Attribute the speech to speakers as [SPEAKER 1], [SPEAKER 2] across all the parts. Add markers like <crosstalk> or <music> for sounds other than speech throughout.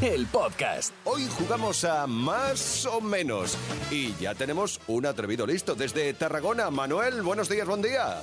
[SPEAKER 1] el podcast.
[SPEAKER 2] Hoy jugamos a más o menos y ya tenemos un atrevido listo desde Tarragona. Manuel, buenos días, buen día.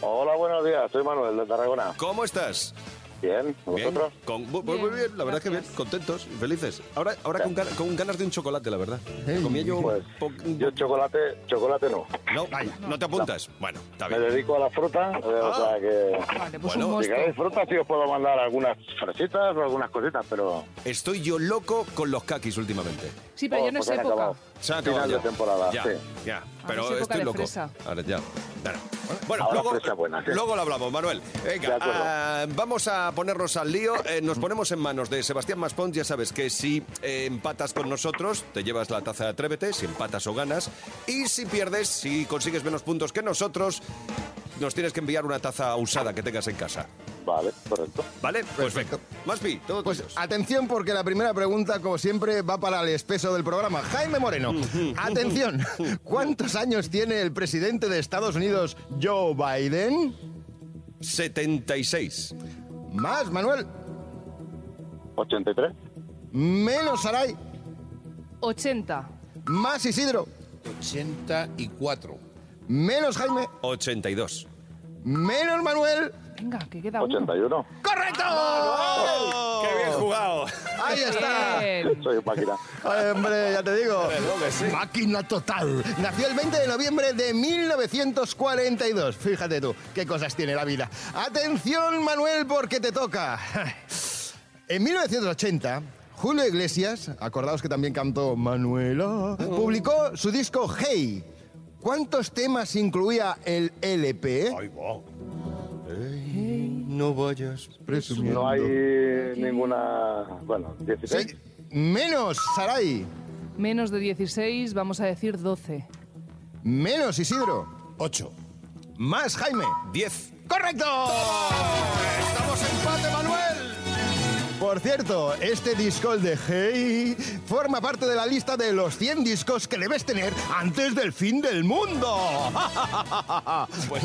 [SPEAKER 3] Hola, buenos días. Soy Manuel de Tarragona.
[SPEAKER 2] ¿Cómo estás?
[SPEAKER 3] Bien, ¿vosotros?
[SPEAKER 2] Con- muy, muy
[SPEAKER 4] Bien,
[SPEAKER 2] bien, la verdad es que bien,
[SPEAKER 4] gracias.
[SPEAKER 2] contentos y felices. Ahora, ahora con, gan- con ganas de un chocolate, la verdad. Comía yo un
[SPEAKER 3] Pues
[SPEAKER 2] po- un
[SPEAKER 3] yo chocolate, chocolate no.
[SPEAKER 2] No, vaya, no te apuntas. Bueno, está
[SPEAKER 3] Me
[SPEAKER 2] bien.
[SPEAKER 3] dedico a la fruta, eh, o
[SPEAKER 2] Ah.
[SPEAKER 3] sea que...
[SPEAKER 4] Vale, pues
[SPEAKER 2] Bueno,
[SPEAKER 4] un
[SPEAKER 3] Si
[SPEAKER 4] mosto.
[SPEAKER 3] queréis fruta sí os puedo mandar algunas fresitas o algunas cositas, pero...
[SPEAKER 2] Estoy yo loco con los kakis últimamente.
[SPEAKER 4] Sí, pero
[SPEAKER 3] Oh,
[SPEAKER 4] yo no
[SPEAKER 3] pues
[SPEAKER 4] es
[SPEAKER 3] han
[SPEAKER 4] época.
[SPEAKER 3] acabado.
[SPEAKER 2] Se ha
[SPEAKER 3] Final
[SPEAKER 2] acabado
[SPEAKER 3] de
[SPEAKER 2] ya.
[SPEAKER 3] temporada,
[SPEAKER 2] Ya,
[SPEAKER 3] sí.
[SPEAKER 2] ya.
[SPEAKER 4] es
[SPEAKER 2] Pero
[SPEAKER 4] época
[SPEAKER 2] estoy
[SPEAKER 4] de
[SPEAKER 2] loco.
[SPEAKER 4] fresa.
[SPEAKER 2] Ahora ya. Ahora. Bueno,
[SPEAKER 3] Ahora
[SPEAKER 2] luego,
[SPEAKER 3] fresa buena, sí.
[SPEAKER 2] luego lo hablamos, Manuel.
[SPEAKER 3] De
[SPEAKER 2] Venga,
[SPEAKER 3] acuerdo.
[SPEAKER 2] ah, vamos a ponernos al lío. Eh, nos ponemos en manos de Sebastián Maspons. Ya sabes que si eh, empatas con nosotros, te llevas la taza de Atrévete, si empatas o ganas. Y si pierdes, si consigues menos puntos que nosotros, nos tienes que enviar una taza usada que tengas en casa.
[SPEAKER 3] Vale, correcto.
[SPEAKER 2] ¿Vale? Pues
[SPEAKER 5] Perfecto.
[SPEAKER 2] venga. Maspi, todo
[SPEAKER 5] Pues
[SPEAKER 2] tuyos.
[SPEAKER 5] atención porque la primera pregunta, como siempre, va para el espeso del programa. Jaime Moreno, atención, ¿cuántos años tiene el presidente de Estados Unidos, Joe Biden?
[SPEAKER 2] 76.
[SPEAKER 5] Más, Manuel,
[SPEAKER 3] 83,
[SPEAKER 5] menos Saray,
[SPEAKER 4] 80.
[SPEAKER 5] más Isidro,
[SPEAKER 6] 84.
[SPEAKER 5] menos Jaime,
[SPEAKER 2] 82.
[SPEAKER 5] menos Manuel.
[SPEAKER 4] Venga, que queda uno.
[SPEAKER 3] 81.
[SPEAKER 5] ¡Correcto!
[SPEAKER 2] Ah, ¡Qué bien jugado!
[SPEAKER 5] Ahí está.
[SPEAKER 4] Bien.
[SPEAKER 3] Soy máquina.
[SPEAKER 5] Ay, Hombre, ya te digo.
[SPEAKER 2] luego que sí.
[SPEAKER 5] Máquina total. Nació el 20 de noviembre de 1942. Fíjate tú, qué cosas tiene la vida. Atención, Manuel, porque te toca. <laughs> En 1980, Julio Iglesias, acordaos que también cantó
[SPEAKER 2] Oh.
[SPEAKER 5] Manuela, publicó su disco Hey. ¿Cuántos temas incluía el LP?
[SPEAKER 2] No vayas.
[SPEAKER 5] Presumiendo.
[SPEAKER 3] No hay ninguna... Bueno, 16.
[SPEAKER 5] Sí, Menos Sarai,
[SPEAKER 4] Menos de 16, vamos a decir 12.
[SPEAKER 5] menos Isidro,
[SPEAKER 6] 8.
[SPEAKER 5] más Jaime.
[SPEAKER 2] 10.
[SPEAKER 5] ¡Correcto!
[SPEAKER 2] ¡Estamos empate, Manuel!
[SPEAKER 5] Por cierto, este disco de Hey forma parte de la lista de los 100 discos que debes tener antes del fin del mundo. <laughs>
[SPEAKER 2] Pues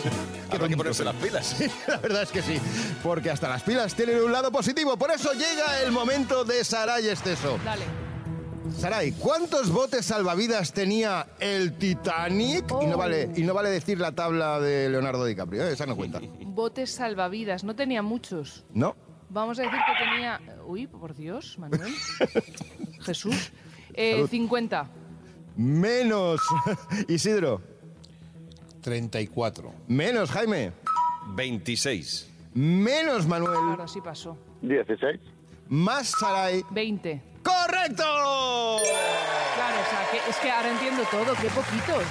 [SPEAKER 2] habrá que ponerse las pilas.
[SPEAKER 5] la verdad es que sí, porque hasta las pilas tienen un lado positivo. Por eso llega el momento de Saray Esteso.
[SPEAKER 4] Dale.
[SPEAKER 5] Saray, ¿cuántos botes salvavidas tenía el Titanic? Y, no vale, y no vale decir la tabla de Leonardo DiCaprio, ¿eh? esa no cuenta.
[SPEAKER 4] Botes salvavidas, no tenía muchos.
[SPEAKER 5] ¿No?
[SPEAKER 4] Vamos a decir que tenía... Uy, por Dios, Manuel. Jesús. Eh, 50.
[SPEAKER 5] Menos <laughs> Isidro,
[SPEAKER 6] 34.
[SPEAKER 5] menos Jaime,
[SPEAKER 2] 26.
[SPEAKER 5] menos Manuel.
[SPEAKER 4] Ahora sí pasó.
[SPEAKER 3] 16.
[SPEAKER 5] más Sarai.
[SPEAKER 4] 20.
[SPEAKER 5] ¡Correcto!
[SPEAKER 4] Claro, o sea, que es que ahora entiendo todo, qué poquitos.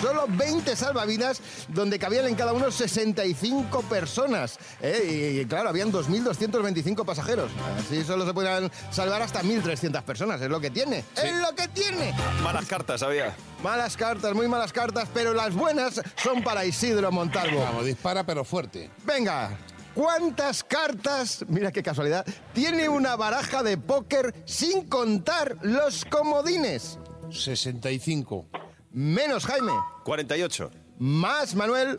[SPEAKER 5] Solo 20 salvavidas donde cabían en cada uno 65 personas. ¿eh? Y, y, claro, habían 2.225 pasajeros. Así solo se podían salvar hasta 1.300 personas. Es lo que tiene. Es lo que tiene.
[SPEAKER 2] Malas cartas, había.
[SPEAKER 5] Malas cartas, muy malas cartas, pero las buenas son para Isidro Montalvo.
[SPEAKER 6] Vamos, dispara pero fuerte.
[SPEAKER 5] Venga, ¿cuántas cartas, mira qué casualidad, tiene una baraja de póker sin contar los comodines?
[SPEAKER 6] 65.
[SPEAKER 5] Menos Jaime,
[SPEAKER 2] 48.
[SPEAKER 5] más Manuel.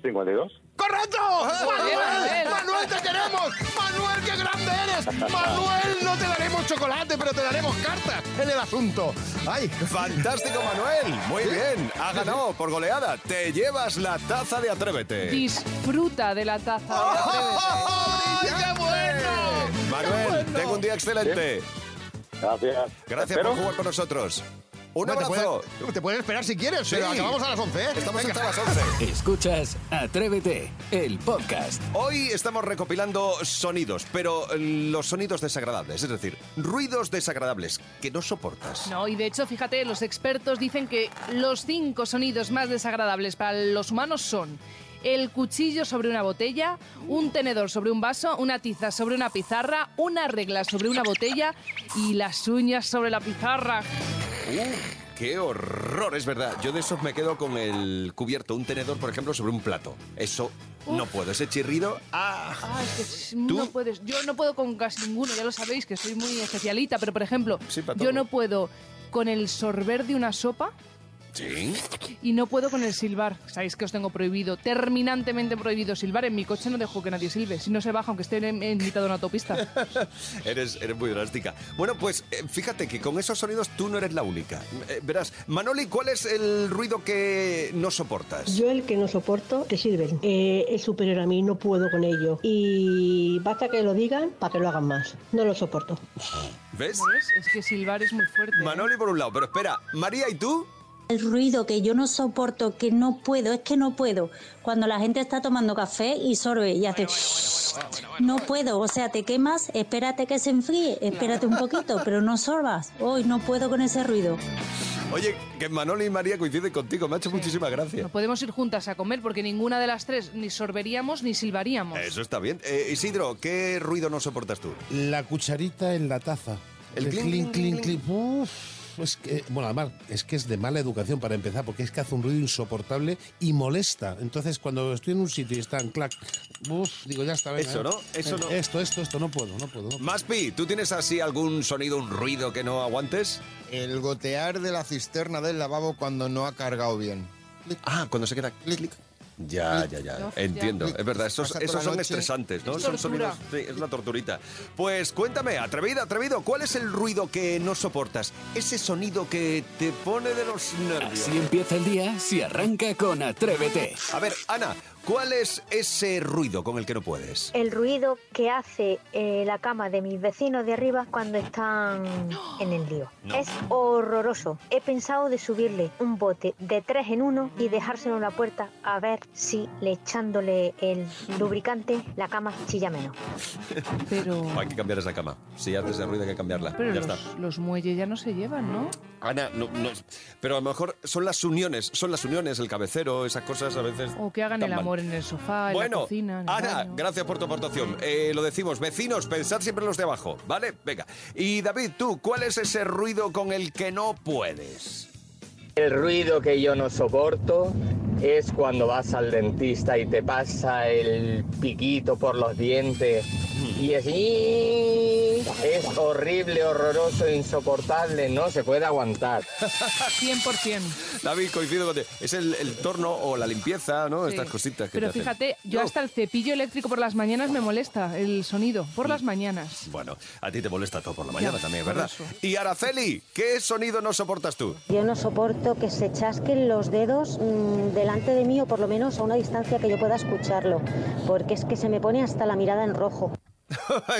[SPEAKER 3] 52.
[SPEAKER 5] ¡Correcto!
[SPEAKER 4] Ah, bien,
[SPEAKER 5] ¡Manuel!
[SPEAKER 4] Manuel!
[SPEAKER 5] ¡Manuel, te queremos! ¡Manuel, qué grande eres! ¡Manuel, no te daremos chocolate, pero te daremos cartas en el asunto! ¡Ay!
[SPEAKER 2] ¡Fantástico, Manuel! Muy bien. Ha ganado por goleada. Te llevas la taza de Atrévete.
[SPEAKER 4] Disfruta de la taza.
[SPEAKER 2] ¡Oh! ¡Ay, qué bueno! Manuel, tengo un día excelente.
[SPEAKER 3] Gracias.
[SPEAKER 2] Gracias
[SPEAKER 3] Espero.
[SPEAKER 2] por jugar con nosotros. Un
[SPEAKER 5] no, te,
[SPEAKER 2] abrazo.
[SPEAKER 5] puedes, te puedes esperar si quieres, pero
[SPEAKER 2] Sí.
[SPEAKER 5] acabamos a las 11, ¿eh?
[SPEAKER 2] Estamos
[SPEAKER 5] Venga.
[SPEAKER 2] hasta las 11.
[SPEAKER 1] Escuchas Atrévete, el podcast.
[SPEAKER 2] Hoy estamos recopilando sonidos, pero eh, los sonidos desagradables, es decir, ruidos desagradables que no soportas.
[SPEAKER 4] No, y de hecho, fíjate, los expertos dicen que los cinco sonidos más desagradables para los humanos son el cuchillo sobre una botella, un tenedor sobre un vaso, una tiza sobre una pizarra, una regla sobre una botella y las uñas sobre la pizarra.
[SPEAKER 2] ¡Qué horror! Es verdad. Yo de esos me quedo con el cubierto, un tenedor, por ejemplo, sobre un plato. Eso no puedo. Ese chirrido. ¡Ah!
[SPEAKER 4] Ah, es que s- no
[SPEAKER 2] ¿Tú?
[SPEAKER 4] puedes. Yo no puedo con casi ninguno, ya lo sabéis, que soy muy especialita, pero por ejemplo,
[SPEAKER 2] Sí, para
[SPEAKER 4] yo
[SPEAKER 2] todo.
[SPEAKER 4] no puedo con el sorber de una sopa
[SPEAKER 2] Sí.
[SPEAKER 4] y no puedo con el silbar. Sabéis que os tengo prohibido, terminantemente prohibido silbar. En mi coche no dejo que nadie silbe, si no se baja, aunque esté en, en mitad de una
[SPEAKER 2] <laughs>
[SPEAKER 4] autopista.
[SPEAKER 2] Eres, eres muy drástica. Bueno, pues eh, fíjate que con esos sonidos tú no eres la única. Eh, verás, Manoli, ¿cuál es el ruido que no soportas?
[SPEAKER 7] Yo el que no soporto, que sirven. Eh, es superior a mí, no puedo con ello. Y basta que lo digan para que lo hagan más. No lo soporto.
[SPEAKER 2] ¿Ves?
[SPEAKER 4] ¿Ves? Es que silbar es muy fuerte. ¿eh?
[SPEAKER 2] Manoli por un lado, pero espera, María, ¿y tú?
[SPEAKER 8] El ruido que yo no soporto, que no puedo, es que no puedo. Cuando la gente está tomando café y sorbe y hace... No puedo, o sea, te quemas, espérate que se enfríe, espérate un poquito, pero no sorbas. Hoy no puedo con ese ruido.
[SPEAKER 2] Oye, que Manoli y María coinciden contigo, me ha hecho muchísima gracia.
[SPEAKER 4] No podemos ir juntas a comer porque ninguna de las tres ni sorberíamos ni silbaríamos.
[SPEAKER 2] Eso está bien. Eh, Isidro, ¿qué ruido no soportas tú?
[SPEAKER 9] La cucharita en la taza.
[SPEAKER 2] El
[SPEAKER 9] El clink,
[SPEAKER 2] clink,
[SPEAKER 9] clink, clink. Uf, es que, bueno, además, es que es de mala educación para empezar, porque es que hace un ruido insoportable y molesta. Entonces, cuando estoy en un sitio y están clac, uf, digo, ya está. venga,
[SPEAKER 2] Eso no, eso no.
[SPEAKER 9] Esto, esto, esto, no puedo, no puedo. no puedo.
[SPEAKER 2] Maspi, ¿tú tienes así algún sonido, un ruido que no aguantes?
[SPEAKER 5] El gotear de la cisterna del lavabo cuando no ha cargado bien.
[SPEAKER 2] Ah, cuando se queda clic, clic. Ya, ya, ya.
[SPEAKER 4] No,
[SPEAKER 2] Entiendo.
[SPEAKER 5] ya.
[SPEAKER 2] Es verdad, esos,
[SPEAKER 5] Pasa toda
[SPEAKER 2] esos
[SPEAKER 5] la
[SPEAKER 2] son
[SPEAKER 5] noche.
[SPEAKER 2] estresantes, ¿no?
[SPEAKER 4] Es
[SPEAKER 2] Son
[SPEAKER 4] tortura.
[SPEAKER 2] sonidos. Sí, es una torturita. Pues cuéntame, atrevido, atrevido, ¿cuál es el ruido que no soportas? Ese sonido que te pone de los nervios.
[SPEAKER 1] Si empieza el día, si arranca con Atrévete.
[SPEAKER 2] A ver, Ana, ¿cuál es ese ruido con el que no puedes?
[SPEAKER 10] El ruido que hace eh, la cama de mis vecinos de arriba cuando están en el lío.
[SPEAKER 2] No.
[SPEAKER 10] Es horroroso. He pensado de subirle un bote de tres en uno y dejárselo en la puerta a ver si le echándole el lubricante la cama chilla menos.
[SPEAKER 2] <laughs>
[SPEAKER 4] Pero,
[SPEAKER 2] Oh, Hay que cambiar esa cama. Si haces ese ruido hay que cambiarla.
[SPEAKER 4] pero
[SPEAKER 2] ya está.
[SPEAKER 4] los, los muelles ya no se llevan, ¿no?
[SPEAKER 2] Ana, no, no es- pero a lo mejor son las uniones, son las uniones, el cabecero, esas cosas a veces.
[SPEAKER 4] O que hagan
[SPEAKER 2] tan
[SPEAKER 4] el
[SPEAKER 2] mal.
[SPEAKER 4] amor en el sofá, en la
[SPEAKER 2] Bueno,
[SPEAKER 4] cocina. en el
[SPEAKER 2] Ana,
[SPEAKER 4] baño.
[SPEAKER 2] gracias por tu aportación. Eh, lo decimos, vecinos, pensad siempre en los de abajo, ¿vale? Venga. Y David, tú, ¿cuál es ese ruido con el que no puedes?
[SPEAKER 11] El ruido que yo no soporto es cuando vas al dentista y te pasa el piquito por los dientes y es es horrible, horroroso, insoportable, no se puede aguantar.
[SPEAKER 4] 100%.
[SPEAKER 2] David, coincido contigo. Es el, el torno o la limpieza, ¿no?
[SPEAKER 4] sí.
[SPEAKER 2] Estas cositas que
[SPEAKER 4] Pero
[SPEAKER 2] te hacen.
[SPEAKER 4] fíjate, yo
[SPEAKER 2] No.
[SPEAKER 4] hasta el cepillo eléctrico por las mañanas me molesta el sonido. Por
[SPEAKER 2] Mm.
[SPEAKER 4] las mañanas.
[SPEAKER 2] Bueno, a ti te molesta todo por la mañana
[SPEAKER 4] Ya,
[SPEAKER 2] también,
[SPEAKER 4] por
[SPEAKER 2] ¿verdad?
[SPEAKER 4] eso.
[SPEAKER 2] Y Araceli, ¿qué sonido no soportas tú? <laughs>
[SPEAKER 10] Yo no soporto que se chasquen los dedos mm, delante de mí o por lo menos a una distancia que yo pueda escucharlo, porque es que se me pone hasta la mirada en rojo.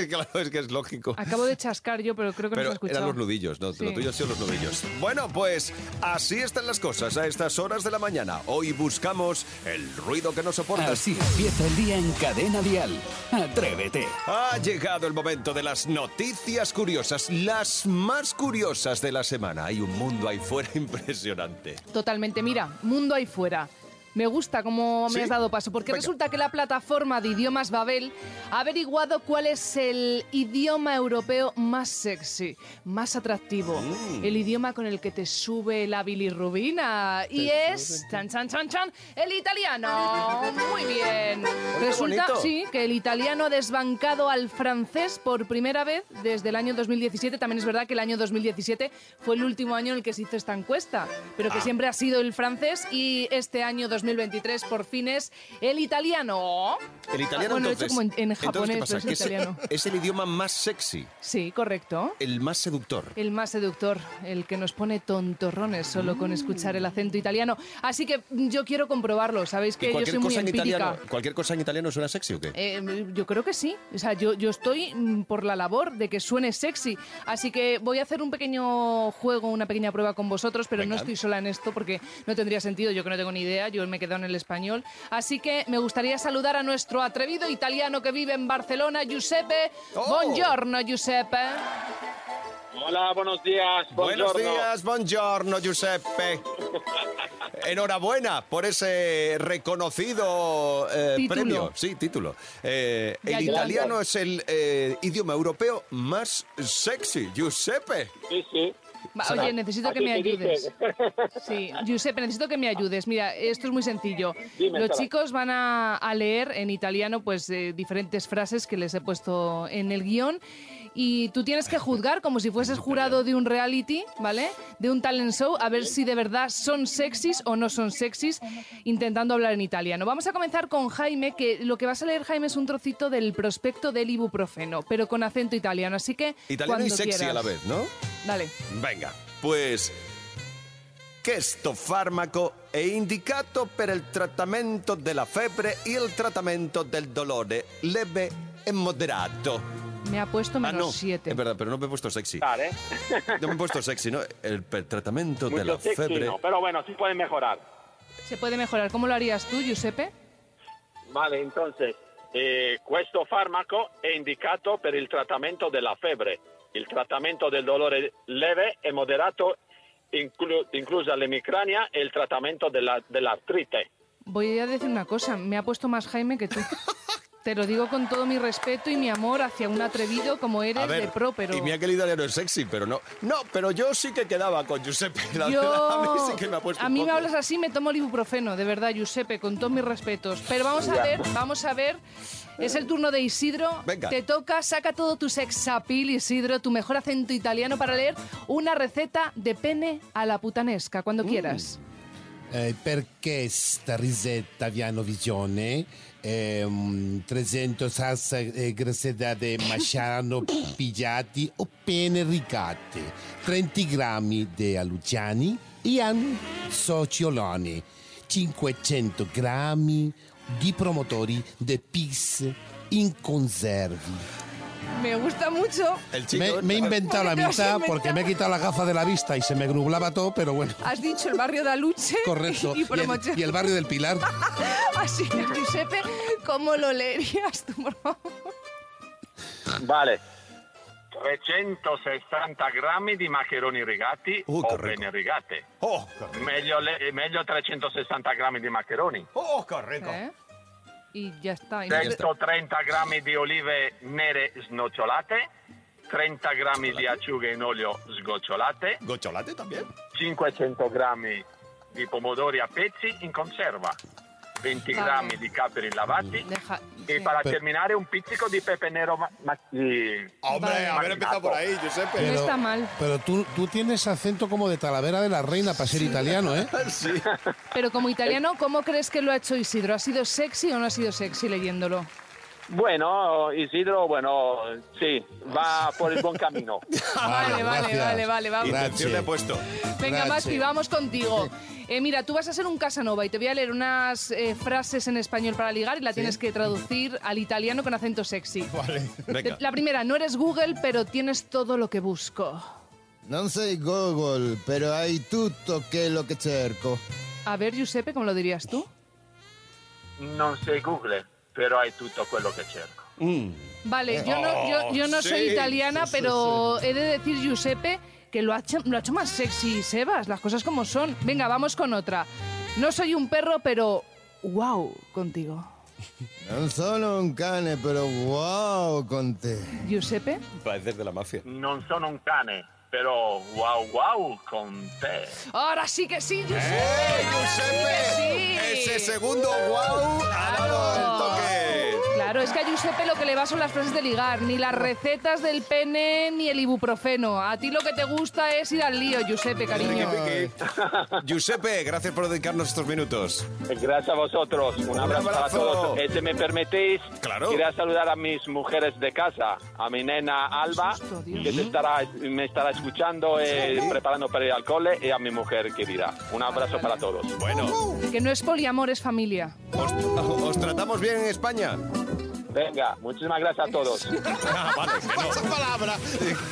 [SPEAKER 2] claro, es que es lógico.
[SPEAKER 4] Acabo de chascar yo, pero creo que no
[SPEAKER 2] Pero
[SPEAKER 4] se ha escuchado.
[SPEAKER 2] eran los nudillos, ¿no? Lo
[SPEAKER 4] Sí.
[SPEAKER 2] tuyo han sido los nudillos. Bueno, pues así están las cosas a estas horas de la mañana. Hoy buscamos el ruido que no soportas.
[SPEAKER 1] Así empieza el día en cadena dial. Atrévete.
[SPEAKER 2] Ha llegado el momento de las noticias curiosas, las más curiosas de la semana. Hay un mundo ahí fuera <laughs> impresionante.
[SPEAKER 4] Totalmente, mira, mundo ahí fuera. Me gusta cómo me
[SPEAKER 2] ¿Sí?
[SPEAKER 4] has dado paso, porque
[SPEAKER 2] Venga.
[SPEAKER 4] resulta que la plataforma de idiomas Babel ha averiguado cuál es el idioma europeo más sexy, más atractivo,
[SPEAKER 2] Mm.
[SPEAKER 4] el idioma con el que te sube la bilirrubina. Y es, chan, chan, chan, chan, el
[SPEAKER 2] <laughs>
[SPEAKER 4] italiano. Muy bien. Resulta,
[SPEAKER 2] bonito.
[SPEAKER 4] sí, que el italiano ha desbancado al francés por primera vez desde el año 2017. También es verdad que el año 2017 fue el último año en el que se hizo esta encuesta, pero
[SPEAKER 2] Ah.
[SPEAKER 4] que siempre ha sido el francés y este año 2023 por fin es el italiano.
[SPEAKER 2] El italiano
[SPEAKER 4] Ah, bueno, lo he hecho
[SPEAKER 2] entonces.
[SPEAKER 4] como en, en
[SPEAKER 2] entonces,
[SPEAKER 4] japonés,
[SPEAKER 2] ¿qué
[SPEAKER 4] pero
[SPEAKER 2] pasa?
[SPEAKER 4] es el
[SPEAKER 2] Que es-
[SPEAKER 4] italiano.
[SPEAKER 2] es el idioma más sexy,
[SPEAKER 4] Sí, correcto.
[SPEAKER 2] el más seductor.
[SPEAKER 4] El más seductor, el que nos pone tontorrones solo con escuchar el acento italiano. Así que yo quiero comprobarlo. Sabéis
[SPEAKER 2] ¿Y
[SPEAKER 4] que yo soy muy
[SPEAKER 2] cosa en
[SPEAKER 4] empírica.
[SPEAKER 2] italiano, cualquier cosa en italiano suena sexy o qué?
[SPEAKER 4] Eh, yo creo que sí. O sea, yo, yo estoy mm, por la labor de que suene sexy. Así que voy a hacer un pequeño juego, una pequeña prueba con vosotros, pero
[SPEAKER 2] Venga.
[SPEAKER 4] no estoy sola en esto porque no tendría sentido. Yo que no tengo ni idea, yo me he quedado en el español. Así que me gustaría saludar a nuestro atrevido italiano que vive en Barcelona, Giuseppe.
[SPEAKER 2] Oh.
[SPEAKER 4] Buongiorno, Giuseppe.
[SPEAKER 3] Hola, buenos días.
[SPEAKER 2] Buenos
[SPEAKER 3] buongiorno.
[SPEAKER 2] días, buongiorno Giuseppe. Enhorabuena por ese reconocido eh,
[SPEAKER 4] Título.
[SPEAKER 2] premio. Sí, título. Eh,
[SPEAKER 4] Ya,
[SPEAKER 2] el
[SPEAKER 4] ya.
[SPEAKER 2] italiano es el eh, idioma europeo más sexy, Giuseppe.
[SPEAKER 3] Sí, sí.
[SPEAKER 4] Va, Oye, necesito que me ayudes.
[SPEAKER 12] <laughs>
[SPEAKER 4] Sí, Giuseppe, necesito que me ayudes. Mira, esto es muy sencillo.
[SPEAKER 12] Dime,
[SPEAKER 4] Los
[SPEAKER 12] Sara.
[SPEAKER 4] chicos van a, a leer en italiano pues eh, diferentes frases que les he puesto en el guión y tú tienes que juzgar como si fueses jurado de un reality, ¿vale? De un talent show, a ver si de verdad son sexys o no son sexys, intentando hablar en italiano. Vamos a comenzar con Jaime, que lo que vas a leer, Jaime, es un trocito del prospecto del ibuprofeno, pero con acento italiano, así que
[SPEAKER 2] Italiano y
[SPEAKER 4] cuando
[SPEAKER 2] sexy
[SPEAKER 4] quieras.
[SPEAKER 2] a la vez, ¿no?
[SPEAKER 4] Dale.
[SPEAKER 2] Venga, pues questo farmaco è indicato per il trattamento della febbre e il trattamento del dolore leve e moderato.
[SPEAKER 4] Me ha puesto
[SPEAKER 2] Ah, no,
[SPEAKER 4] menos 7.
[SPEAKER 2] es verdad, pero no me he puesto sexy.
[SPEAKER 3] Vale.
[SPEAKER 2] No me he puesto sexy, ¿no? El, per- trattamento de la
[SPEAKER 3] Mucho sexy,
[SPEAKER 2] febbre...
[SPEAKER 3] no, pero bueno, sí pueden mejorar.
[SPEAKER 4] Se puede mejorar. ¿Cómo lo harías tú, Giuseppe?
[SPEAKER 3] Vale, entonces, eh, questo farmaco è indicato per il trattamento della febbre, il trattamento del dolore leve e moderato, inclu- inclusa l'emicrania e il trattamento della, dell'artrite.
[SPEAKER 4] Voy a decir una cosa. Me ha puesto más Jaime que
[SPEAKER 2] <laughs>
[SPEAKER 4] tú. Te lo digo con todo mi respeto y mi amor hacia un atrevido como eres
[SPEAKER 2] A ver,
[SPEAKER 4] de pro, pero...
[SPEAKER 2] y mira que el italiano es sexy, pero no... No, pero yo sí que quedaba con Giuseppe. La
[SPEAKER 4] Yo-
[SPEAKER 2] verdad, <laughs> a mí sí que me ha puesto
[SPEAKER 4] a
[SPEAKER 2] un
[SPEAKER 4] mí me
[SPEAKER 2] poco.
[SPEAKER 4] hablas así, me tomo el ibuprofeno, de verdad, Giuseppe, con todos mis respetos. Pero vamos a
[SPEAKER 2] Ya.
[SPEAKER 4] ver, vamos a ver. Es el turno de Isidro.
[SPEAKER 2] Venga.
[SPEAKER 4] Te toca, saca todo tu sex appeal, Isidro, tu mejor acento italiano para leer una receta de pene a la putanesca, cuando
[SPEAKER 2] Mm.
[SPEAKER 4] quieras.
[SPEAKER 6] Eh, perché sta risetta Viano Visione? ehm, 300 salsa e grassetà di masciano pigiati o pene ricate, 30 grammi di alluciani e an socioloni, 500 grammi di promotori di pis in conservi.
[SPEAKER 4] Me gusta mucho.
[SPEAKER 6] me, me he inventado la
[SPEAKER 4] Te has
[SPEAKER 6] mitad porque
[SPEAKER 4] inventado.
[SPEAKER 6] me he quitado la gafa de la vista y se me nublaba todo, pero bueno.
[SPEAKER 4] Has dicho el barrio de Aluche
[SPEAKER 6] Correcto.
[SPEAKER 4] <laughs> y,
[SPEAKER 6] Y el,
[SPEAKER 4] promoción.
[SPEAKER 6] y el barrio del Pilar.
[SPEAKER 4] <laughs> Así que, Giuseppe, ¿cómo lo leerías tú, por favor?
[SPEAKER 3] Vale. 360 grammi di maccheroni rigati
[SPEAKER 2] Uh, che
[SPEAKER 3] o
[SPEAKER 2] ricco.
[SPEAKER 3] pene rigate.
[SPEAKER 2] Oh,
[SPEAKER 3] Meglio, le- meglio 360 grammi di maccheroni.
[SPEAKER 2] Oh, che ricco.
[SPEAKER 4] ¿Eh? Y ya está. Y no te-
[SPEAKER 3] 130 grammi di olive nere snocciolate, 30 grammi di acciughe in olio sgocciolate,
[SPEAKER 2] Gocciolate también.
[SPEAKER 3] 500 grammi di pomodori a pezzi in conserva, 20
[SPEAKER 4] Vale.
[SPEAKER 3] grammi di capri lavati
[SPEAKER 2] Mm.
[SPEAKER 4] Deja-
[SPEAKER 3] e
[SPEAKER 4] sí.
[SPEAKER 3] per
[SPEAKER 6] Per-
[SPEAKER 3] terminare un pizzico di pepe nero ma- ma- di-
[SPEAKER 2] Hombre,
[SPEAKER 4] Vale.
[SPEAKER 2] haber empezado por ahí, Giuseppe.
[SPEAKER 4] No está mal.
[SPEAKER 6] Pero tú, tú tienes acento como de Talavera de la Reina para ser
[SPEAKER 4] <laughs>
[SPEAKER 6] italiano, ¿eh?
[SPEAKER 2] Sí.
[SPEAKER 4] Pero como italiano, ¿cómo crees que lo ha hecho Isidro? ¿Ha sido sexy o no ha sido sexy leyéndolo?
[SPEAKER 12] Bueno, Isidro, bueno, sí, va por
[SPEAKER 2] <laughs>
[SPEAKER 12] el buen camino.
[SPEAKER 4] Vale, vale,
[SPEAKER 6] gracias.
[SPEAKER 4] vale, vale, vamos.
[SPEAKER 2] Intención le he puesto.
[SPEAKER 4] Venga,
[SPEAKER 6] Gracias.
[SPEAKER 4] Maxi, vamos contigo. Eh, mira, tú vas a ser un Casanova y te voy a leer unas eh, frases en español para ligar y la tienes que traducir al italiano con acento sexy.
[SPEAKER 5] Vale.
[SPEAKER 2] Venga.
[SPEAKER 4] La primera, no eres Google, pero tienes todo lo que busco.
[SPEAKER 5] Non sei Google, pero hay tutto quello che cerco.
[SPEAKER 4] A ver, Giuseppe, ¿cómo lo dirías tú?
[SPEAKER 3] non sei Google, però hai tutto quello che cerco.
[SPEAKER 4] Vale, yo no, yo, yo no soy
[SPEAKER 2] Oh, sí,
[SPEAKER 4] italiana, pero he de decir, Giuseppe, que lo ha, hecho, lo ha hecho más sexy Sebas, las cosas como son. Venga, vamos con otra. No soy un perro, pero wow contigo.
[SPEAKER 5] Non sono un cane, pero wow con te.
[SPEAKER 4] Giuseppe,
[SPEAKER 2] Parecer de la mafia.
[SPEAKER 3] Non sono un cane, però wow wow con te.
[SPEAKER 4] ahora sí que sí, Giuseppe.
[SPEAKER 2] ¡Eh,
[SPEAKER 4] ahora sí que
[SPEAKER 2] Giuseppe!
[SPEAKER 4] sí.
[SPEAKER 2] Ese segundo wow ha dado el toque.
[SPEAKER 4] Claro, es que a Giuseppe lo que le va son las frases de ligar, ni las recetas del pene ni el ibuprofeno. A ti lo que te gusta es ir al lío, Giuseppe, cariño.
[SPEAKER 2] Giuseppe, gracias por dedicarnos estos minutos.
[SPEAKER 12] Gracias a vosotros, un abrazo, para
[SPEAKER 2] abrazo.
[SPEAKER 12] todos. Eh, si me permitís,
[SPEAKER 2] Claro.
[SPEAKER 12] quería saludar a mis mujeres de casa, a mi nena Alba,
[SPEAKER 4] Justo, Dios.
[SPEAKER 12] que te estará, me estará escuchando, eh, preparando para ir al cole, y a mi mujer querida. Un abrazo para todos.
[SPEAKER 2] Bueno,
[SPEAKER 4] Que no es poliamor, es familia.
[SPEAKER 2] os, os tratamos bien en España.
[SPEAKER 12] Venga, muchísimas gracias a todos.
[SPEAKER 2] Ah, <laughs> vale, que
[SPEAKER 5] Esa palabra.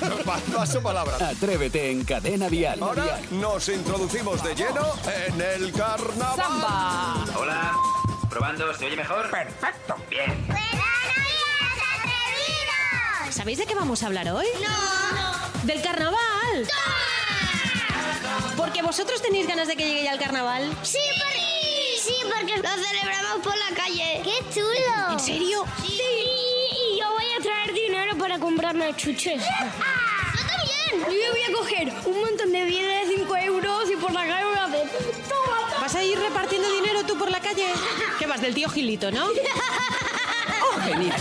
[SPEAKER 2] no. Pa- <laughs> Paso palabra.
[SPEAKER 1] Atrévete en Cadena Dial.
[SPEAKER 2] Ahora nos introducimos de lleno en el carnaval.
[SPEAKER 4] ¡Samba!
[SPEAKER 13] Hola, probando, ¿se oye mejor? Perfecto. Bien.
[SPEAKER 10] ¿Sabéis de qué vamos a hablar hoy? No. Del carnaval. Porque vosotros tenéis ganas de que llegue ya el carnaval.
[SPEAKER 14] Sí, porque, sí, porque lo celebramos por la calle. ¡Qué chulo!
[SPEAKER 10] ¿En serio?
[SPEAKER 14] Sí. Y yo voy a traer dinero para comprarme chuches. ¡Yo también! bien.
[SPEAKER 15] Yo voy a coger un montón de billetes de 5 euros y por la calle voy a hacer... ¡Toma!
[SPEAKER 10] ¿Vas a ir repartiendo dinero tú por la calle? ¿Qué vas, del tío
[SPEAKER 15] <laughs>
[SPEAKER 10] Gilito, no? ¡Oh, genial!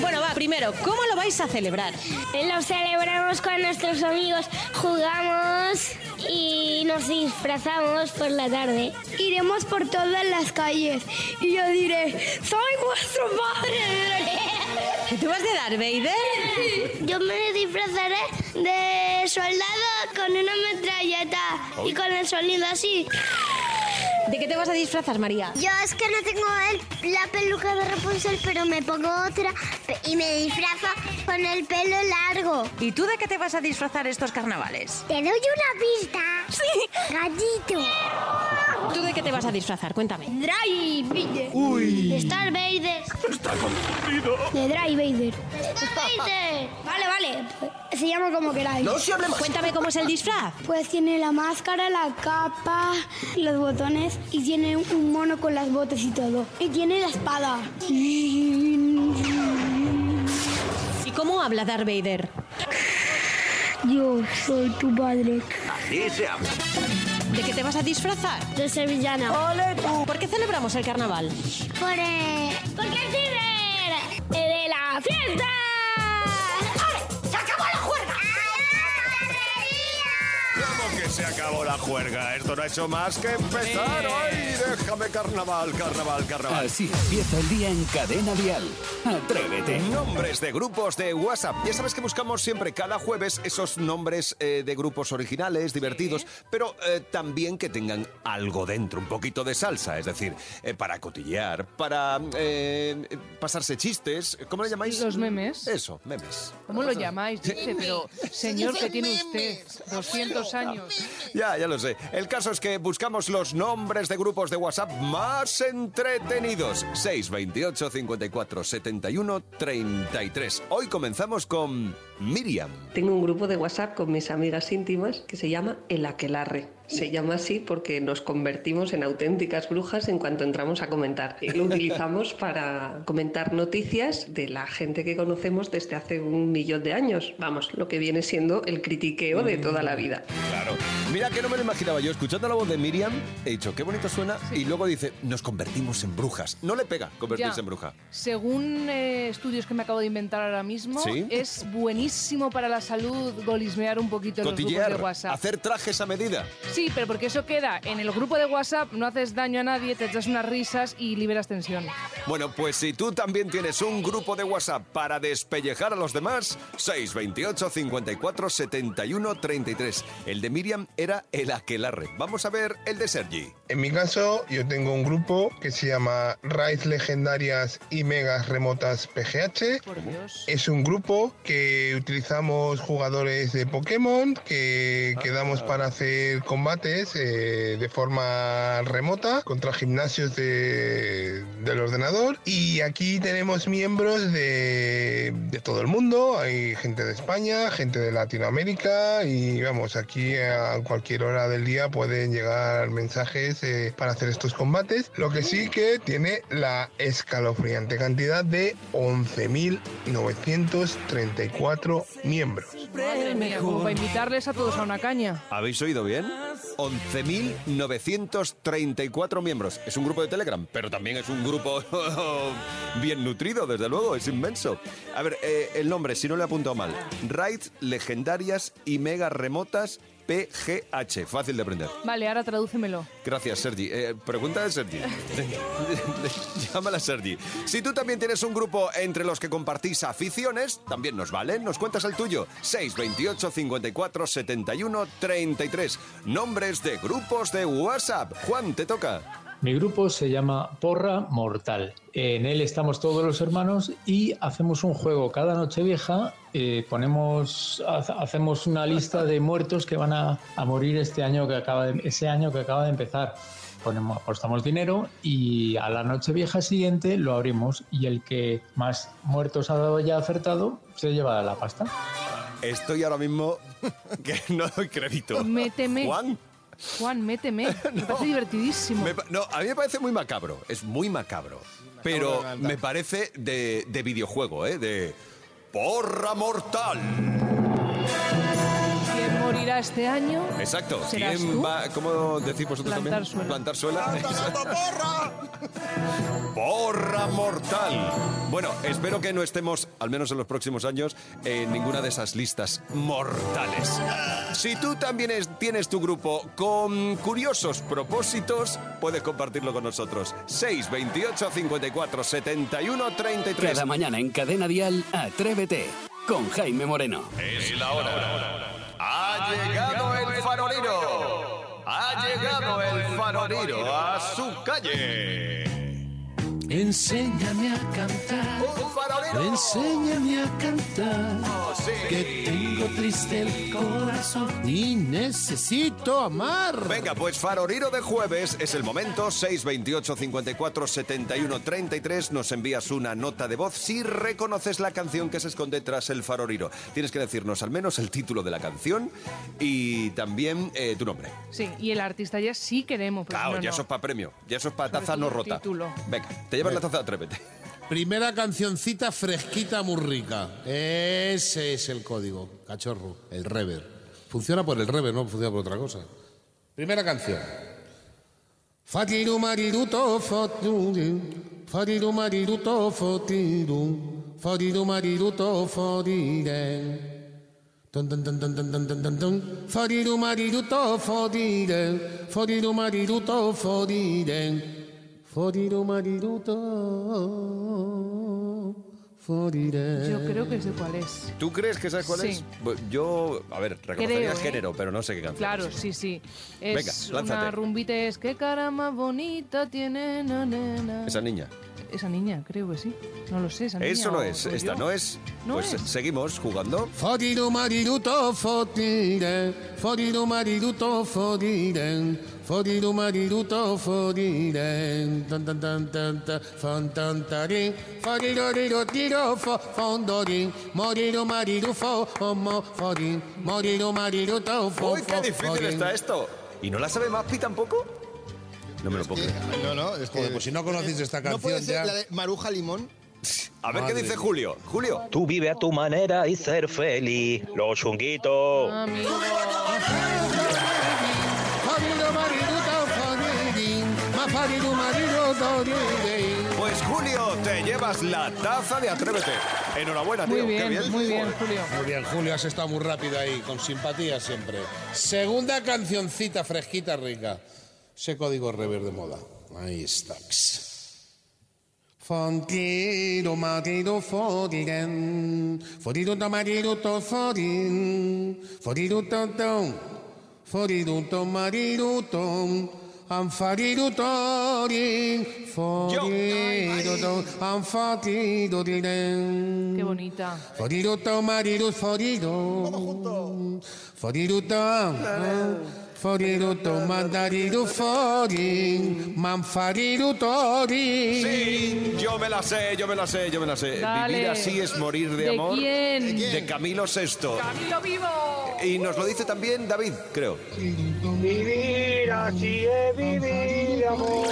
[SPEAKER 10] Bueno, va, primero, ¿cómo lo vais a celebrar?
[SPEAKER 14] Lo celebramos con nuestros amigos, jugamos y nos disfrazamos por la tarde.
[SPEAKER 15] Iremos por todas las calles y yo diré, soy vuestro padre.
[SPEAKER 10] ¿Tú vas de Darth Vader?
[SPEAKER 14] <laughs> Yo me disfrazaré de soldado con una metralleta y con el sonido así.
[SPEAKER 10] ¿De qué te vas a disfrazar, María?
[SPEAKER 14] Yo es que no tengo el- la peluca de Rapunzel, pero me pongo otra pe- y me disfrazo con el pelo largo.
[SPEAKER 10] ¿Y tú de qué te vas a disfrazar estos carnavales?
[SPEAKER 14] Te doy una pista. Sí. Gallito.
[SPEAKER 10] ¿Tú de qué te vas a disfrazar? Cuéntame.
[SPEAKER 14] Dry Vader.
[SPEAKER 10] Uy.
[SPEAKER 14] De Star Vader.
[SPEAKER 10] Está confundido.
[SPEAKER 15] De Dry Vader.
[SPEAKER 14] Star Vader.
[SPEAKER 15] Vale, vale. Se llama como queráis.
[SPEAKER 10] No se hable más. Cuéntame cómo es el disfraz.
[SPEAKER 15] Pues tiene la máscara, la capa, los botones y tiene un mono con las botas y todo. Y tiene la
[SPEAKER 14] <laughs>
[SPEAKER 15] espada.
[SPEAKER 10] ¿Y cómo habla Darth Vader?
[SPEAKER 15] Yo soy tu padre.
[SPEAKER 13] Así se habla.
[SPEAKER 10] ¿De qué te vas a disfrazar?
[SPEAKER 14] De sevillana.
[SPEAKER 10] ¡Ole tú! ¿Por qué celebramos el carnaval?
[SPEAKER 14] Por, eh, porque es líder eh, de la fiesta. ¡Se acabó la juerga!
[SPEAKER 2] ¿Cómo que se acabó la juerga? Esto no ha hecho más que empezar. ¡Ay, déjame carnaval, carnaval, carnaval!
[SPEAKER 1] Así empieza el día en Cadena Dial. Atrévete.
[SPEAKER 2] Nombres de grupos de WhatsApp. Ya sabes que buscamos siempre cada jueves esos nombres eh, de grupos originales, divertidos, pero eh, también que tengan algo dentro, un poquito de salsa, es decir, eh, para cotillear, para eh, pasarse chistes. ¿Cómo le llamáis?
[SPEAKER 4] Los memes.
[SPEAKER 2] Eso, memes.
[SPEAKER 4] ¿Cómo lo llamáis? Dice, pero señor, que tiene usted 200 años.
[SPEAKER 2] Ya, ya lo sé. El caso es que buscamos los nombres de grupos de WhatsApp más entretenidos. 628 54 71 33. Hoy comenzamos con Miriam.
[SPEAKER 16] Tengo un grupo de WhatsApp con mis amigas íntimas que se llama El Aquelarre. Se llama así porque nos convertimos en auténticas brujas en cuanto entramos a comentar. Y Lo utilizamos <laughs> para comentar noticias de la gente que conocemos desde hace un millón de años. Vamos, lo que viene siendo el critiqueo de toda la vida.
[SPEAKER 2] Claro. Mira que no me lo imaginaba yo. Escuchando la voz de Miriam, he dicho, qué bonito suena. Y luego dice, nos convertimos en brujas. No le pega convertirse
[SPEAKER 4] Ya.
[SPEAKER 2] en bruja.
[SPEAKER 4] Según eh, estudios que me acabo de inventar ahora mismo,
[SPEAKER 2] Sí.
[SPEAKER 4] es buenísimo para la salud golismear un poquito en los grupos de
[SPEAKER 2] Cotillear,
[SPEAKER 4] WhatsApp.
[SPEAKER 2] hacer trajes a medida.
[SPEAKER 4] Sí, pero porque eso queda en el grupo de WhatsApp, no haces daño a nadie, te echas unas risas y liberas tensión.
[SPEAKER 2] Bueno, pues si tú también tienes un grupo de WhatsApp para despellejar a los demás, 628 54 71 33. El de Miriam era el aquelarre. Vamos a ver el de Sergi.
[SPEAKER 17] En mi caso, yo tengo un grupo que se llama Raids Legendarias y Megas Remotas PGH. Es un grupo que utilizamos jugadores de Pokémon, que quedamos para hacer combates eh, de forma remota contra gimnasios de- del ordenador. Y aquí tenemos miembros de, de todo el mundo. Hay gente de España, gente de Latinoamérica y vamos, aquí a cualquier hora del día pueden llegar mensajes eh, para hacer estos combates. Lo que sí que tiene la escalofriante cantidad de 11.934 miembros.
[SPEAKER 4] Madre mía, como para invitarles a todos a una caña.
[SPEAKER 2] ¿Habéis oído bien? 11.934 miembros. Es un grupo de Telegram, pero también es un grupo <laughs> bien nutrido, desde luego, es inmenso. A ver, eh, el nombre, si no le he apuntado mal. Raids Legendarias y Mega Remotas PGH. Fácil de aprender.
[SPEAKER 4] Vale, ahora tradúcemelo.
[SPEAKER 2] Gracias, Sergi. Eh, pregunta de Sergi. <laughs> Llámala, Sergi. Si tú también tienes un grupo entre los que compartís aficiones, también nos vale. Nos cuentas el tuyo. 628 54 71 33. Nombres de grupos de WhatsApp. Juan, te toca.
[SPEAKER 11] Mi grupo se llama Porra Mortal. En él estamos todos los hermanos y hacemos un juego cada noche vieja. eh, ponemos, ha- hacemos una lista de muertos que van a, a morir este año que acaba de, ese año que acaba de empezar. Ponemos, apostamos dinero y a la noche vieja siguiente lo abrimos y el que más muertos ha dado ya acertado se lleva la pasta.
[SPEAKER 2] Estoy ahora mismo <laughs> que no doy crédito.
[SPEAKER 4] Méteme.
[SPEAKER 2] Juan.
[SPEAKER 4] Juan,
[SPEAKER 2] <laughs>
[SPEAKER 4] méteme. Me parece divertidísimo.
[SPEAKER 2] me pa- no, a mí me parece muy macabro. Es muy macabro. Pero me parece de, de videojuego, ¿eh? De. Porra mortal.
[SPEAKER 4] ¿Quién morirá este año?
[SPEAKER 2] Exacto.
[SPEAKER 4] ¿Serás
[SPEAKER 2] ¿Quién
[SPEAKER 4] tú?
[SPEAKER 2] va? ¿Cómo decís vosotros
[SPEAKER 4] Plantar
[SPEAKER 2] también?
[SPEAKER 4] suela.
[SPEAKER 2] Plantar suela. Porra mortal. Bueno, espero que no estemos, al menos en los próximos años, en ninguna de esas listas mortales. Si tú también es- tienes tu grupo con curiosos propósitos, puedes compartirlo con nosotros. 628 54 71 33.
[SPEAKER 1] Cada mañana en Cadena Dial, Atrévete con Jaime Moreno.
[SPEAKER 2] Es la hora. Ha llegado el farolero. Ha llegado el farolero a su calle.
[SPEAKER 18] Enséñame a cantar.
[SPEAKER 2] Oh.
[SPEAKER 18] Enséñame a cantar.
[SPEAKER 2] Ah,
[SPEAKER 18] Que tengo triste el corazón.
[SPEAKER 2] Y necesito amar. Venga, pues faroriro de jueves es el momento. 628 54 71 33. Nos envías una nota de voz si reconoces la canción que se esconde tras el faroriro. Tienes que decirnos al menos el título de la canción y también eh, tu nombre.
[SPEAKER 4] Sí, y el artista ya sí queremos. pero
[SPEAKER 2] Claro,
[SPEAKER 4] Pues no,
[SPEAKER 2] ya
[SPEAKER 4] no.
[SPEAKER 2] eso es para premio. Ya eso es para taza
[SPEAKER 4] todo
[SPEAKER 2] no
[SPEAKER 4] el
[SPEAKER 2] rota.
[SPEAKER 4] título. Pues
[SPEAKER 2] Venga, te llevas la taza, atrévete.
[SPEAKER 6] Primera cancioncita fresquita, muy rica. Ese es el código, cachorro, el rever. Funciona por el rever, no funciona por otra cosa. Primera canción. Fatiru mariru to fotiru, fatiru mariru to fotiru, fatiru mariru to fotire. Dun, dun, dun, dun, dun, dun, dun, dun, dun. Fatiru mariru to fotire, fatiru mariru to fotire. Foriru mariruto. Foriré.
[SPEAKER 4] Yo creo que sé cuál es.
[SPEAKER 2] ¿Tú crees que sabes cuál
[SPEAKER 4] Sí.
[SPEAKER 2] es? Bu- Yo, a ver, reconocería
[SPEAKER 4] Creo,
[SPEAKER 2] el
[SPEAKER 4] ¿eh?
[SPEAKER 2] género, pero no sé qué canción.
[SPEAKER 4] Claro, sí, sí. Es
[SPEAKER 2] Venga, lánzate.
[SPEAKER 4] una rumbita, es que cara más bonita tiene na, na, na".
[SPEAKER 2] Esa niña.
[SPEAKER 4] Esa niña, creo que sí. No lo sé, esa niña.
[SPEAKER 2] Eso no
[SPEAKER 4] o-
[SPEAKER 2] es,
[SPEAKER 4] o
[SPEAKER 2] esta
[SPEAKER 4] yo.
[SPEAKER 2] no es.
[SPEAKER 4] No
[SPEAKER 2] pues
[SPEAKER 4] es.
[SPEAKER 2] seguimos jugando.
[SPEAKER 6] Foriru mariruto forire, foriru mariruto forire, foriru mariruto forire, tan tan tan tan tan, fan tan tarin, foriru riru tiro fo fondorin, moriru mariru fo homo forin, moriru mariruto fo
[SPEAKER 2] ¡Uy, qué
[SPEAKER 6] fo-
[SPEAKER 2] difícil
[SPEAKER 6] forin.
[SPEAKER 2] está esto! ¿Y no la sabe Mapi tampoco? No me lo puedo creer.
[SPEAKER 5] No, no, es que- Eh,
[SPEAKER 6] Joder, pues si no conocéis esta
[SPEAKER 5] ¿No puede
[SPEAKER 6] canción
[SPEAKER 5] ser
[SPEAKER 6] ya-
[SPEAKER 5] la de Maruja Limón?
[SPEAKER 2] A ver qué
[SPEAKER 5] Madre
[SPEAKER 2] dice
[SPEAKER 5] mía.
[SPEAKER 2] Julio. Julio.
[SPEAKER 19] Tú vive a tu manera y ser feliz. Los chunguitos.
[SPEAKER 6] Foriru mariruto foririn, ma foriru mariruto foririn.
[SPEAKER 2] Pues Julio, te llevas la taza de Atrévete. Enhorabuena, tío. qué bien.
[SPEAKER 4] Julio.
[SPEAKER 6] Muy bien, Julio, has estado muy rápido ahí, con simpatía siempre. Segunda cancioncita fresquita, rica. Ese código rever de moda. Ahí está. Fontido marido foriren, forido to marido to forin, forido to tom, forido to marido tom, anfarido torin, forido tom, anfatido diren.
[SPEAKER 4] Qué bonita.
[SPEAKER 2] Eh,
[SPEAKER 6] Forido to marido forido, forido to, forido to mandarido forin, manfarido torin.
[SPEAKER 2] Sí, yo me la sé, yo me la sé, yo me la sé.
[SPEAKER 6] Dale.
[SPEAKER 2] Vivir así es morir de,
[SPEAKER 6] ¿De
[SPEAKER 2] amor.
[SPEAKER 6] quién? ¿De quién?
[SPEAKER 2] De Camilo Sexto.
[SPEAKER 4] ¡Camilo vivo!
[SPEAKER 2] Y nos lo dice también David, creo.
[SPEAKER 18] Vivir así es vivir, amor.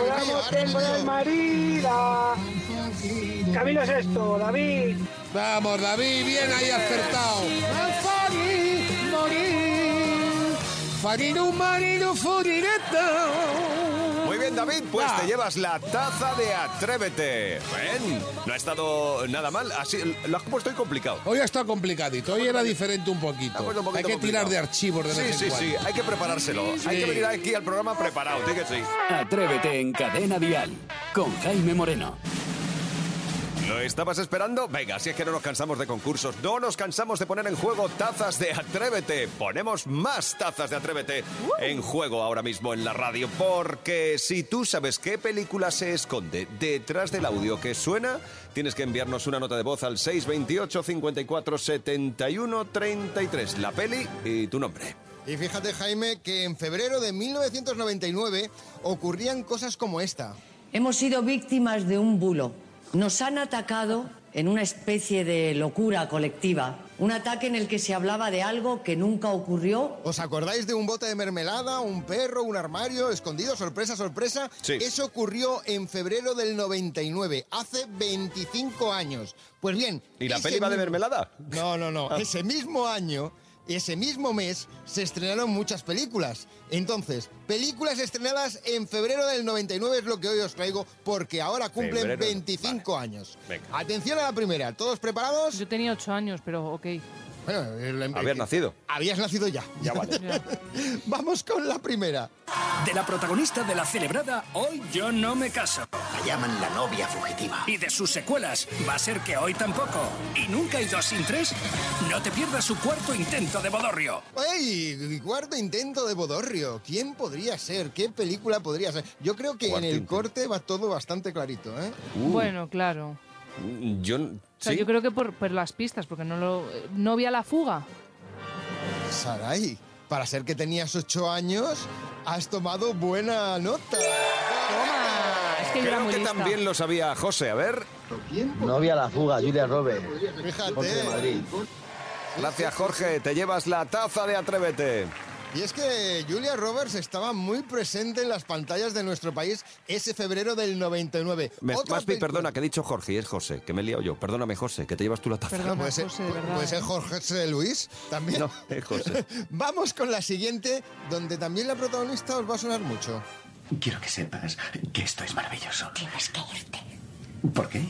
[SPEAKER 18] Volamos tiempo de marida. Camilo es esto, David.
[SPEAKER 6] Vamos, David, bien ahí acertado. Fari, morir. Farino, marino, furireto.
[SPEAKER 2] Muy bien, David, pues te llevas la taza de Atrévete. Ven, no ha estado nada mal. Así, lo has puesto hoy complicado.
[SPEAKER 6] Hoy está complicadito, hoy era diferente un poquito.
[SPEAKER 2] Ha puesto un
[SPEAKER 6] Hay
[SPEAKER 2] poquito
[SPEAKER 6] que tirar
[SPEAKER 2] complicado.
[SPEAKER 6] de archivos de
[SPEAKER 2] Sí,
[SPEAKER 6] vez en
[SPEAKER 2] sí,
[SPEAKER 6] cuando.
[SPEAKER 2] sí, hay que preparárselo. Hay
[SPEAKER 6] Sí.
[SPEAKER 2] que venir aquí al programa preparado, di que sí.
[SPEAKER 1] Atrévete en Cadena Dial con Jaime Moreno.
[SPEAKER 2] ¿Lo estabas esperando? Venga, si es que no nos cansamos de concursos, no nos cansamos de poner en juego tazas de Atrévete. Ponemos más tazas de Atrévete en juego ahora mismo en la radio, porque si tú sabes qué película se esconde detrás del audio que suena, tienes que enviarnos una nota de voz al 628 54 71 33. La peli y tu nombre.
[SPEAKER 5] Y fíjate, Jaime, que en febrero de 1999 ocurrían cosas como esta.
[SPEAKER 20] Hemos sido víctimas de un bulo. Nos han atacado en una especie de locura colectiva Un ataque en el que se hablaba de algo que nunca ocurrió.
[SPEAKER 5] ¿Os acordáis de un bote de mermelada, un perro, un armario escondido? Sorpresa, sorpresa.
[SPEAKER 2] Sí.
[SPEAKER 5] Eso ocurrió en febrero del 99, hace 25 años. Pues bien.
[SPEAKER 2] ¿Y la
[SPEAKER 5] ese
[SPEAKER 2] peli va de
[SPEAKER 5] mismo-
[SPEAKER 2] mermelada? Ah.
[SPEAKER 5] No, no,
[SPEAKER 2] <laughs>
[SPEAKER 5] no. Ese mismo año, ese mismo mes, se estrenaron muchas películas. Entonces, películas estrenadas en febrero del 99 es lo que hoy os traigo, porque ahora cumplen
[SPEAKER 2] Febrero,
[SPEAKER 5] 25 años. Atención a la primera. ¿Todos preparados? Yo
[SPEAKER 4] tenía 8 años, pero ok.
[SPEAKER 5] Bueno, el-
[SPEAKER 2] Habías nacido.
[SPEAKER 5] Habías nacido ya.
[SPEAKER 2] Ya vale.
[SPEAKER 5] <laughs> Vamos con la primera.
[SPEAKER 21] De la protagonista de la celebrada Hoy yo no me caso. La llaman la novia fugitiva. Y de sus secuelas, va a ser que hoy tampoco. Y nunca hay dos sin tres. No te pierdas su cuarto intento de bodorrio.
[SPEAKER 5] ¡Ey! Cuarto intento de Bodorrio. ¿Quién podría ser? ¿Qué película podría ser? Yo creo que en el corte va todo bastante clarito, ¿eh?
[SPEAKER 4] Bueno, claro.
[SPEAKER 2] Mm, Yo,
[SPEAKER 4] O sea,
[SPEAKER 2] Uh. sí.
[SPEAKER 4] yo creo que por, por las pistas, porque no lo. eh, No vi a la fuga.
[SPEAKER 5] Sarai, para ser que tenías ocho años, has tomado buena nota.
[SPEAKER 4] Es que yo era
[SPEAKER 2] Creo
[SPEAKER 4] muy
[SPEAKER 2] que
[SPEAKER 4] lista.
[SPEAKER 2] también lo sabía José. A ver.
[SPEAKER 22] Novia a la fuga, Julia Roberts.
[SPEAKER 5] Fíjate.
[SPEAKER 2] Gracias, Jorge. Te llevas la taza de Atrévete.
[SPEAKER 5] Y es que Julia Roberts estaba muy presente en las pantallas de nuestro país ese febrero del 99.
[SPEAKER 2] Me,
[SPEAKER 5] Otra
[SPEAKER 2] Maspi,
[SPEAKER 5] pel-
[SPEAKER 2] perdona, que he dicho Jorge y es José, que me he liado yo. Perdóname, José, que te llevas tú la taza.
[SPEAKER 5] puede ser, puede ser Jorge Luis también.
[SPEAKER 2] <laughs> No, es José.
[SPEAKER 5] Vamos con la siguiente, donde también la protagonista os va a sonar mucho.
[SPEAKER 21] Quiero que sepas que esto es maravilloso.
[SPEAKER 23] Tienes que irte.
[SPEAKER 21] ¿Por qué?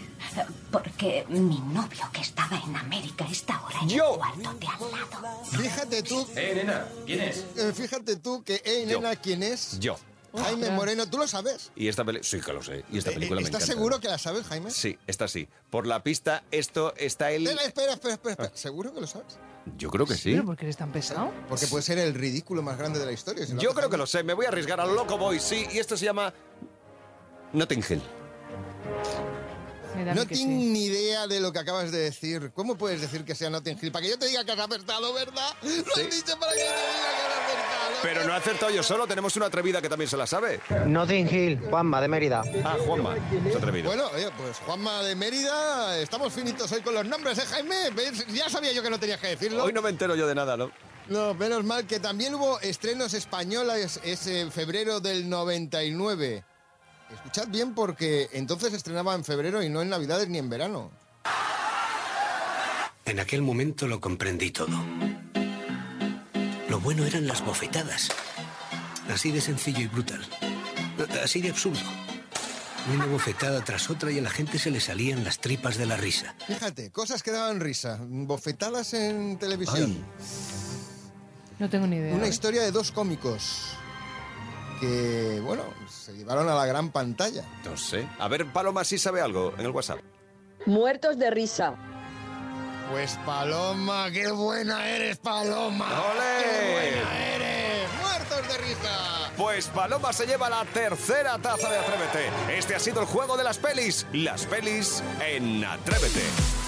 [SPEAKER 23] Porque mi novio que estaba en América está ahora en el cuarto de al lado.
[SPEAKER 5] Fíjate tú.
[SPEAKER 21] Eh, nena, ¿quién es?
[SPEAKER 5] Eh, fíjate tú que, eh,
[SPEAKER 2] Yo.
[SPEAKER 5] nena, ¿quién es?
[SPEAKER 2] Yo.
[SPEAKER 5] Jaime Moreno, tú lo sabes. Eh,
[SPEAKER 2] Y esta película. Sí, que lo sé. Y esta película me
[SPEAKER 5] ¿Estás
[SPEAKER 2] encanta.
[SPEAKER 5] seguro que la sabes, Jaime?
[SPEAKER 2] Sí, esta sí. Por la pista, esto está el.
[SPEAKER 5] Espera, espera, espera, espera, espera.
[SPEAKER 2] Ah.
[SPEAKER 5] ¿Seguro que lo sabes?
[SPEAKER 2] Yo creo que sí.
[SPEAKER 4] Pero porque eres tan pesado.
[SPEAKER 5] Porque puede ser el ridículo más grande de la historia. si lo
[SPEAKER 2] Yo
[SPEAKER 5] haces
[SPEAKER 2] creo que lo sé. Me voy a arriesgar al loco boy, sí. Y esto se llama. Notting Hill.
[SPEAKER 4] Me da a mí
[SPEAKER 5] No
[SPEAKER 4] que
[SPEAKER 5] tengo ni idea de lo que acabas de decir. ¿Cómo puedes decir que sea Notting Hill? Para que yo te diga que has acertado, ¿verdad? Lo has dicho para que yo te diga que has acertado.
[SPEAKER 2] Pero no he acertado yo solo, tenemos una atrevida que también se la sabe.
[SPEAKER 22] Notting Hill, Juanma de Mérida.
[SPEAKER 2] Ah, Juanma, es atrevido.
[SPEAKER 5] Bueno, oye, pues Juanma de Mérida, estamos finitos hoy con los nombres, ¿eh, Jaime? ¿Ves? Ya sabía yo que no tenías que decirlo.
[SPEAKER 2] Hoy no me entero yo de nada, ¿no?
[SPEAKER 5] No, menos mal que también hubo estrenos españolas ese febrero del 99. Escuchad bien porque entonces estrenaba en febrero y no en Navidades ni en verano.
[SPEAKER 21] En aquel momento lo comprendí todo. Lo bueno eran las bofetadas. Así de sencillo y brutal. Así de absurdo. Una bofetada tras otra y a la gente se le salían las tripas de la risa.
[SPEAKER 5] Fíjate, cosas que daban risa, bofetadas en televisión.
[SPEAKER 4] No tengo ni idea.
[SPEAKER 5] Una historia de dos cómicos que, bueno, se llevaron a la gran pantalla.
[SPEAKER 2] No sé. A ver, Paloma, si sabe algo en el WhatsApp.
[SPEAKER 24] Muertos de risa.
[SPEAKER 5] Pues Paloma, qué buena eres, Paloma. ¡Qué buena eres! ¡Muertos de risa!
[SPEAKER 2] Pues Paloma se lleva la tercera taza de Atrévete. Este ha sido el juego de las pelis. Las pelis en Atrévete.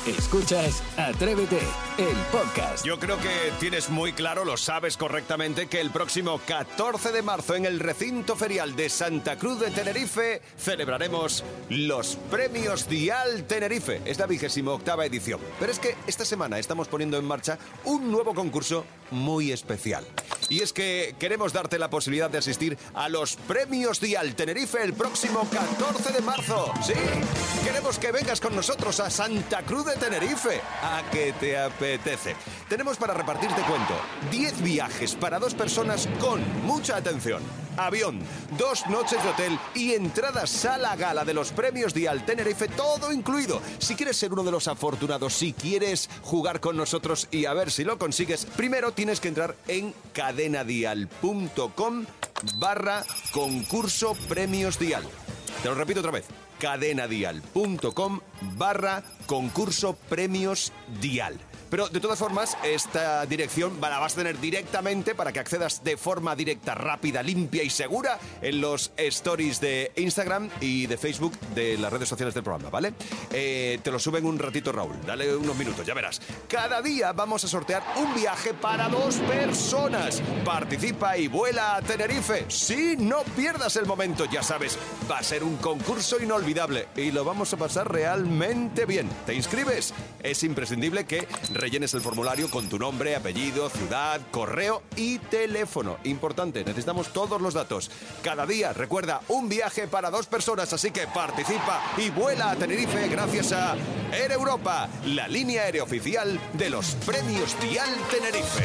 [SPEAKER 1] Escuchas Atrévete, el podcast.
[SPEAKER 2] Yo creo que tienes muy claro, lo sabes correctamente, que el próximo 14 de marzo en el recinto ferial de Santa Cruz de Tenerife celebraremos los premios Dial Tenerife. Es la vigésima octava edición. Pero es que esta semana estamos poniendo en marcha un nuevo concurso muy especial. Y es que queremos darte la posibilidad de asistir a los premios Dial Tenerife el próximo 14 de marzo. Sí, queremos que vengas con nosotros a Santa Cruz de Tenerife, a que te apetece. Tenemos para repartir, te cuento, 10 viajes para dos personas con mucha atención. Avión, dos noches de hotel y entradas sala gala de los premios Dial Tenerife, todo incluido. Si quieres ser uno de los afortunados, si quieres jugar con nosotros y a ver si lo consigues, primero tienes que entrar en cadenadial.com barra concurso premios Dial. Te lo repito otra vez, cadenadial.com barra concurso premios Dial. Pero de todas formas, esta dirección va- la vas a tener directamente para que accedas de forma directa, rápida, limpia y segura en los stories de Instagram y de Facebook de las redes sociales del programa, ¿vale? Eh, te lo suben un ratito, Raúl. Dale unos minutos, ya verás. Cada día vamos a sortear un viaje para dos personas. Participa y vuela a Tenerife. Sí, no pierdas el momento, ya sabes. Va a ser un concurso inolvidable y lo vamos a pasar realmente bien. ¿Te inscribes? Es imprescindible que rellenes el formulario con tu nombre, apellido, ciudad, correo y teléfono. Importante, necesitamos todos los datos. Cada día, recuerda, un viaje para dos personas, así que participa y vuela a Tenerife gracias a Air Europa, la línea aérea oficial de los premios Dial Tenerife.